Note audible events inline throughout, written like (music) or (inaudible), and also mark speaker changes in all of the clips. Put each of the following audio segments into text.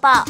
Speaker 1: 宝。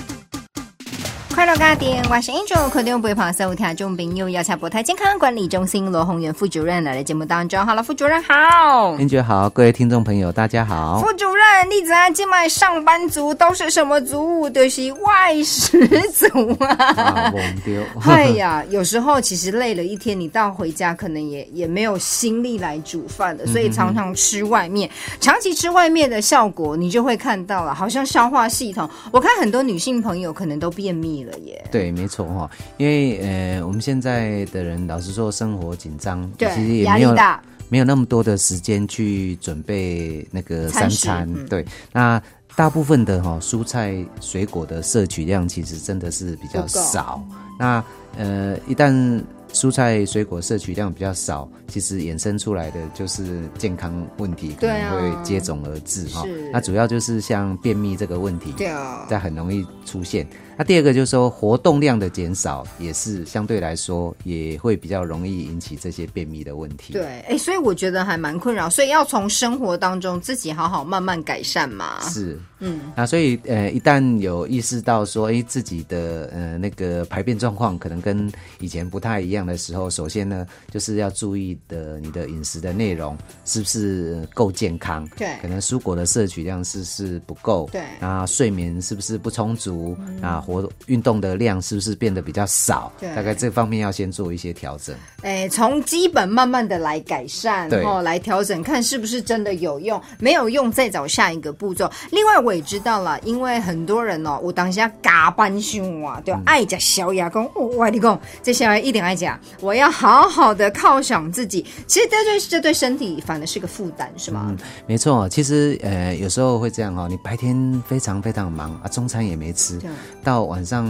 Speaker 2: 快乐家庭，我是 Angel，肯定不会旁收听众朋友要查博泰健康管理中心罗宏元副主任来到节目当中。好了，副主任好。
Speaker 3: (laughs) 林觉好，各位听众朋友，大家
Speaker 2: (laughs)
Speaker 3: 好。
Speaker 2: 副主任，你知道今麦上班族都是什么族？就是外食族
Speaker 3: 啊 (laughs)
Speaker 2: 啊！
Speaker 3: 我们丢，
Speaker 2: 哎呀，有时候其实累了一天，你到回家可能也也没有心力来煮饭
Speaker 3: 嗯
Speaker 2: 了，所以常常吃外面。长期吃外面的效果，你就会看到了，好像消化系统，我看很多女性朋友可能都便秘了耶。
Speaker 3: 对，没错哈，因为呃，我们现在的人老实说，生活紧张，
Speaker 2: 对
Speaker 3: 其实，也
Speaker 2: 压
Speaker 3: 没
Speaker 2: 力
Speaker 3: 有
Speaker 2: 大，
Speaker 3: 没有那么多的时间去准备那个三
Speaker 2: 餐食
Speaker 3: 餐，
Speaker 2: 嗯
Speaker 3: 对，那大部分的哈、哦蔬菜水果的摄取量其实真的是比较
Speaker 2: 不够
Speaker 3: 少。那呃，一旦蔬菜水果摄取量比较少，其实衍生出来的就是健康问题，可
Speaker 2: 对
Speaker 3: 能
Speaker 2: 啊
Speaker 3: 会接踵而至哈、
Speaker 2: 是
Speaker 3: 那主要就是像便秘这个问题，
Speaker 2: 啊对啊，
Speaker 3: 在很容易出现。那第二个就是说，活动量的减少也是相对来说也会比较容易引起这些便秘的问题。
Speaker 2: 对，，哎、所以我觉得还蛮困扰，所以要从生活当中自己好好慢慢改善嘛。
Speaker 3: 是，嗯，那所以呃，一旦有意识到说，哎，自己的呃那个排便状况可能跟以前不太一样的时候，首先呢，就是要注意的你的饮食的内容是不是够健康，
Speaker 2: 对嗯
Speaker 3: 可能蔬果的摄取量是是不够，
Speaker 2: 对
Speaker 3: 那睡眠是不是不充足，啊，活运动的量是不是变得比较少，
Speaker 2: 嗯对
Speaker 3: 大概这方面要先做一些调整。
Speaker 2: 哎，从基本慢慢的来改善，
Speaker 3: 对
Speaker 2: 哦，来调整，看是不是真的有用，没有用再找下一个步骤。另外我也知道了，因为很多人哦，我当下加班凶啊，
Speaker 3: 嗯
Speaker 2: 对吧，爱吃小牙公，哦我跟你讲，这小牙一定爱吃，我要好好的犒赏自己。其实这对这对身体反而是个负担，是吗？
Speaker 3: 没错，其实呃有时候会这样哦，你白天非常非常忙啊，中餐也没吃
Speaker 2: 对，
Speaker 3: 到晚上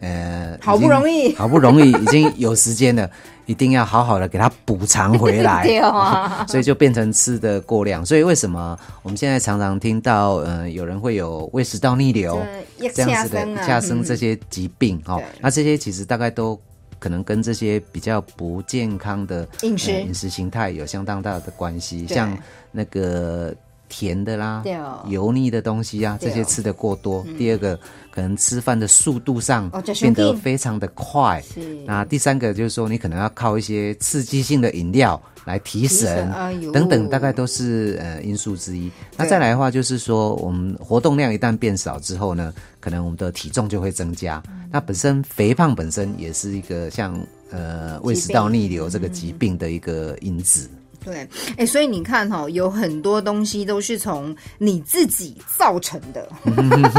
Speaker 3: 呃
Speaker 2: 好
Speaker 3: 已经
Speaker 2: 不容易
Speaker 3: 好不容易 (laughs) 已经有时间了，一定要好好的给它补偿回来。
Speaker 2: (laughs) 对
Speaker 3: (laughs)
Speaker 2: 啊，
Speaker 3: 所以就变成吃的过量，所以为什么我们现在常常听到，呃，有人会有胃食道逆流
Speaker 2: 对
Speaker 3: 这样子
Speaker 2: 下生
Speaker 3: 的
Speaker 2: 啊
Speaker 3: 下生这些疾病哦
Speaker 2: 对，
Speaker 3: 那这些其实大概都可能跟这些比较不健康的
Speaker 2: 饮食
Speaker 3: 呃饮食形态有相当大的关系，
Speaker 2: 对
Speaker 3: 像那个甜的啦
Speaker 2: 对哦、
Speaker 3: 油腻的东西啊，
Speaker 2: 对哦
Speaker 3: 这些吃的过多。第二个，可能吃饭的速度上
Speaker 2: 哦这
Speaker 3: 变得
Speaker 2: 兄弟
Speaker 3: 非常的快，
Speaker 2: 是
Speaker 3: 那第三个就是说，你可能要靠一些刺激性的饮料来提
Speaker 2: 提神
Speaker 3: 神
Speaker 2: 哎呦
Speaker 3: 等等，大概都是呃因素之一。那
Speaker 2: 对
Speaker 3: 再来的话，就是说我们活动量一旦变少之后呢，可能我们的体重就会增加。那本身肥胖本身也是一个像呃胃食道逆流这个疾病的一个因子。
Speaker 2: 对，哎，所以你看哈、哦，有很多东西都是从你自己造成的。 (laughs)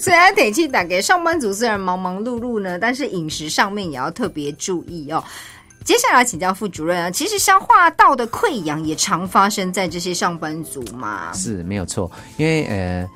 Speaker 2: 虽然天气打给上班族虽然忙忙碌碌呢，但是饮食上面也要特别注意哦。接下来请教副主任啊，其实消化道的溃疡也常发生在这些上班族嘛。
Speaker 3: 是没有错，因为呃，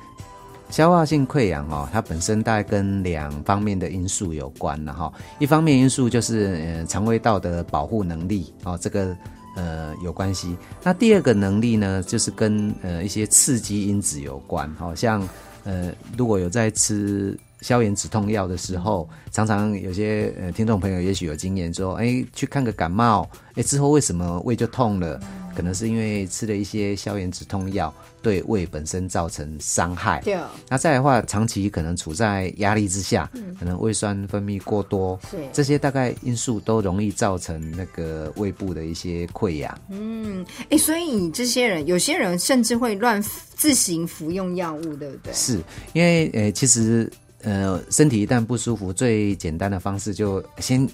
Speaker 3: 消化性溃疡哦，它本身大概跟两方面的因素有关了哈、一方面因素就是呃肠胃道的保护能力哦，这个呃有关系。那第二个能力呢，就是跟呃一些刺激因子有关，好、像呃如果有在吃。消炎止痛药的时候，常常有些呃听众朋友也许有经验，说，哎，去看个感冒，哎，之后为什么胃就痛了？可能是因为吃了一些消炎止痛药，对胃本身造成伤害。
Speaker 2: 对，啊
Speaker 3: 那再来的话，长期可能处在压力之下，可能胃酸分泌过多
Speaker 2: 是，
Speaker 3: 这些大概因素都容易造成那个胃部的一些溃疡。
Speaker 2: 哎，所以你这些人，有些人甚至会乱自行服用药物，对不对？
Speaker 3: 是因为呃，其实呃，身体一旦不舒服，最简单的方式就先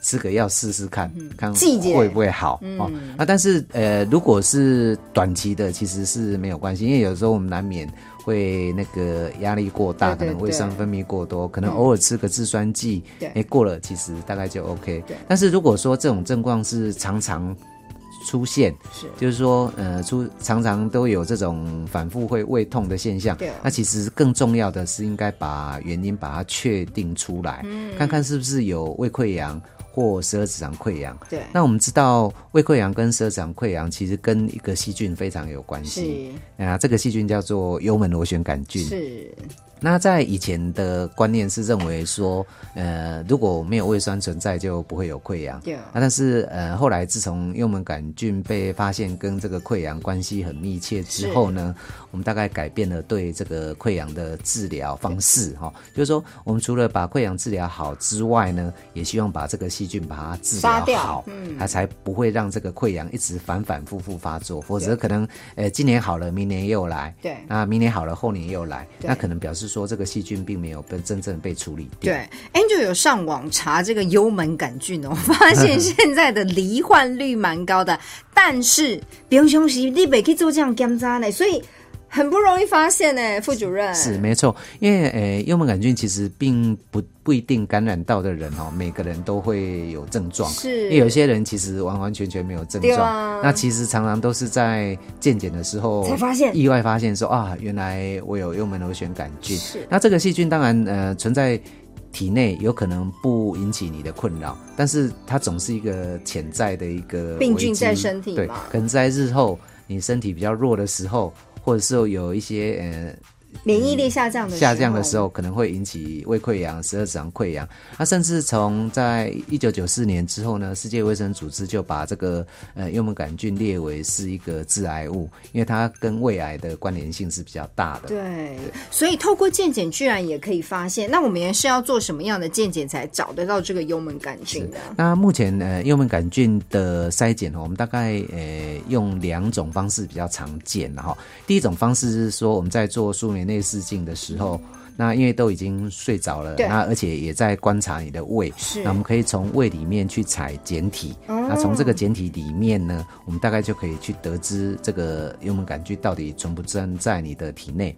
Speaker 3: 吃个药试试看，看
Speaker 2: 嗯季节嗯
Speaker 3: 会不会好、哦。那但是呃，如果是短期的，其实是没有关系，因为有时候我们难免会那个压力过大，
Speaker 2: 对对
Speaker 3: 可能胃酸
Speaker 2: 对
Speaker 3: 分泌过多，可能偶尔吃个制酸剂，
Speaker 2: 对
Speaker 3: 哎、过了其实大概就 OK
Speaker 2: 对。
Speaker 3: 但是如果说这种症状是常常出现，
Speaker 2: 是
Speaker 3: 就是说，呃，出常常都有这种反复会胃痛的现象
Speaker 2: 对啊。
Speaker 3: 那其实更重要的是，应该把原因把它确定出来，
Speaker 2: 嗯
Speaker 3: 看看是不是有胃溃疡或十二指肠溃疡。
Speaker 2: 对，
Speaker 3: 那我们知道，胃溃疡跟十二指肠溃疡其实跟一个细菌非常有关系
Speaker 2: 是
Speaker 3: 啊、这个细菌叫做幽门螺旋杆菌。
Speaker 2: 是，
Speaker 3: 那在以前的观念是认为说，呃，如果没有胃酸存在，就不会有溃疡。
Speaker 2: 对
Speaker 3: 啊，但是呃，后来自从幽门杆菌被发现跟这个溃疡关系很密切之后呢，我们大概改变了对这个溃疡的治疗方式哈、就是说我们除了把溃疡治疗好之外呢，也希望把这个细菌把它治
Speaker 2: 杀
Speaker 3: 疗
Speaker 2: 掉嗯
Speaker 3: 好，它才不会让这个溃疡一直反反复复发作，否则可能呃今年好了，明年又来，
Speaker 2: 对
Speaker 3: 那明年好了，后年又来，
Speaker 2: 对
Speaker 3: 那可能表示说这个细菌并没有被真正被处理掉。
Speaker 2: 对，Angel 有上网查这个幽门杆菌哦，发现现在的罹患率蛮高的，但是平常时你没去做这样检查呢，所以很不容易发现呢，副主任
Speaker 3: 是没错，因为呃，幽门杆菌其实并不不一定感染到的人哦，每个人都会有症状。
Speaker 2: 是
Speaker 3: 因为有些人其实完完全全没有症
Speaker 2: 对
Speaker 3: 状，
Speaker 2: 啊
Speaker 3: 那其实常常都是在健检的时候
Speaker 2: 才发现
Speaker 3: 意外发现说啊，原来我有幽门螺旋杆菌。
Speaker 2: 是
Speaker 3: 那这个细菌当然呃存在体内，有可能不引起你的困扰，但是它总是一个潜在的一个
Speaker 2: 病菌
Speaker 3: 危机
Speaker 2: 在身体
Speaker 3: 对
Speaker 2: 嘛，
Speaker 3: 可能在日后你身体比较弱的时候，或者是有一些
Speaker 2: 免疫力下降
Speaker 3: 呃
Speaker 2: 的
Speaker 3: 下降的时，候，可能会引起胃溃疡、十二指肠溃疡。那甚至从在一九九四年之后呢，世界卫生组织就把这个呃幽门杆菌列为是一个致癌物，因为它跟胃癌的关联性是比较大的。
Speaker 2: 对，所以透过健检居然也可以发现，那我们是要做什么样的健检才找得到这个幽门杆菌的？
Speaker 3: 那目前呃，幽门杆菌的筛检哦，我们大概呃用两种方式比较常见了哈。第一种方式是说我们在做睡眠内视镜的时候，那因为都已经睡着了，
Speaker 2: 对
Speaker 3: 那而且也在观察你的胃，
Speaker 2: 是哦
Speaker 3: 那我们可以从胃里面去采简体，那从这个简体里面呢，我们大概就可以去得知这个幽门杆菌到底存不存在你的体内。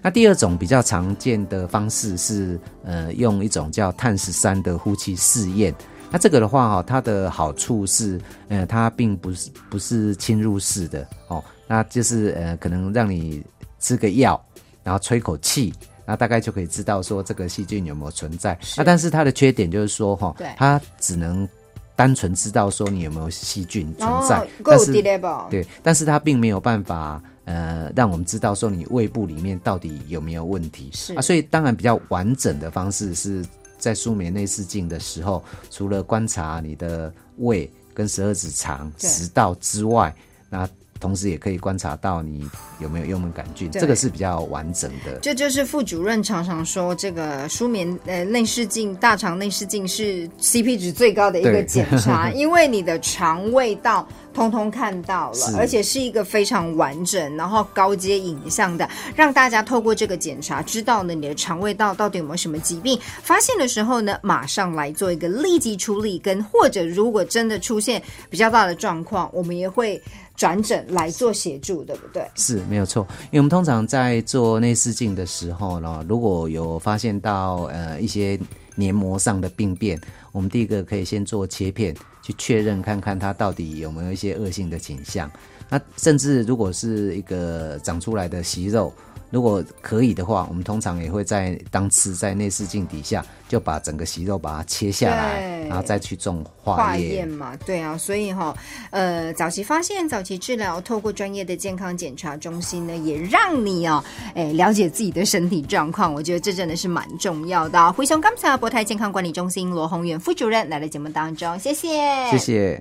Speaker 3: 那第二种比较常见的方式是，呃，用一种叫碳十三的呼气试验。那这个的话哈、它的好处是，呃，它并不是不是侵入式的哦，那就是呃，可能让你吃个药，然后吹口气，那大概就可以知道说这个细菌有没有存在。那但是它的缺点就是说哈、
Speaker 2: 对
Speaker 3: 它只能单纯知道说你有没有细菌存在，
Speaker 2: 哦
Speaker 3: 但
Speaker 2: ，Go
Speaker 3: 是
Speaker 2: d e l e v e
Speaker 3: 对，但是它并没有办法呃让我们知道说你胃部里面到底有没有问题
Speaker 2: 是
Speaker 3: 啊，所以当然比较完整的方式是在睡眠内视镜的时候，除了观察你的胃跟十二指肠、
Speaker 2: 对
Speaker 3: 食道之外，那。同时也可以观察到你有没有幽门杆菌，
Speaker 2: 对
Speaker 3: 这个是比较完整的。
Speaker 2: 这就是副主任常常说，这个舒眠呃内视镜、大肠内视镜是 CP 值最高的一个
Speaker 3: 对
Speaker 2: 检
Speaker 3: (laughs)
Speaker 2: 查，因为你的肠胃道通通看到了，
Speaker 3: 是
Speaker 2: 而且是一个非常完整，然后高阶影像的，让大家透过这个检查知道呢你的肠胃道到底有没有什么疾病，发现的时候呢，马上来做一个立即处理，跟或者如果真的出现比较大的状况，我们也会转诊来做协助，对不对？
Speaker 3: 是没有错，因为我们通常在做内视镜的时候呢，如果有发现到呃一些黏膜上的病变，我们第一个可以先做切片，去确认看看它到底有没有一些恶性的倾向。那甚至如果是一个长出来的息肉，如果可以的话，我们通常也会在当次在内视镜底下就把整个息肉把它切下来，
Speaker 2: 对
Speaker 3: 然后再去种
Speaker 2: 化
Speaker 3: 化
Speaker 2: 验
Speaker 3: 验。
Speaker 2: 嘛，对啊，所以哈、呃，早期发现、早期治疗，透过专业的健康检查中心呢，也让你哦，哎，了解自己的身体状况，我觉得这真的是蛮重要的、啊。灰熊刚才博泰健康管理中心罗宏远副主任来了节目当中，谢谢，
Speaker 3: 谢谢。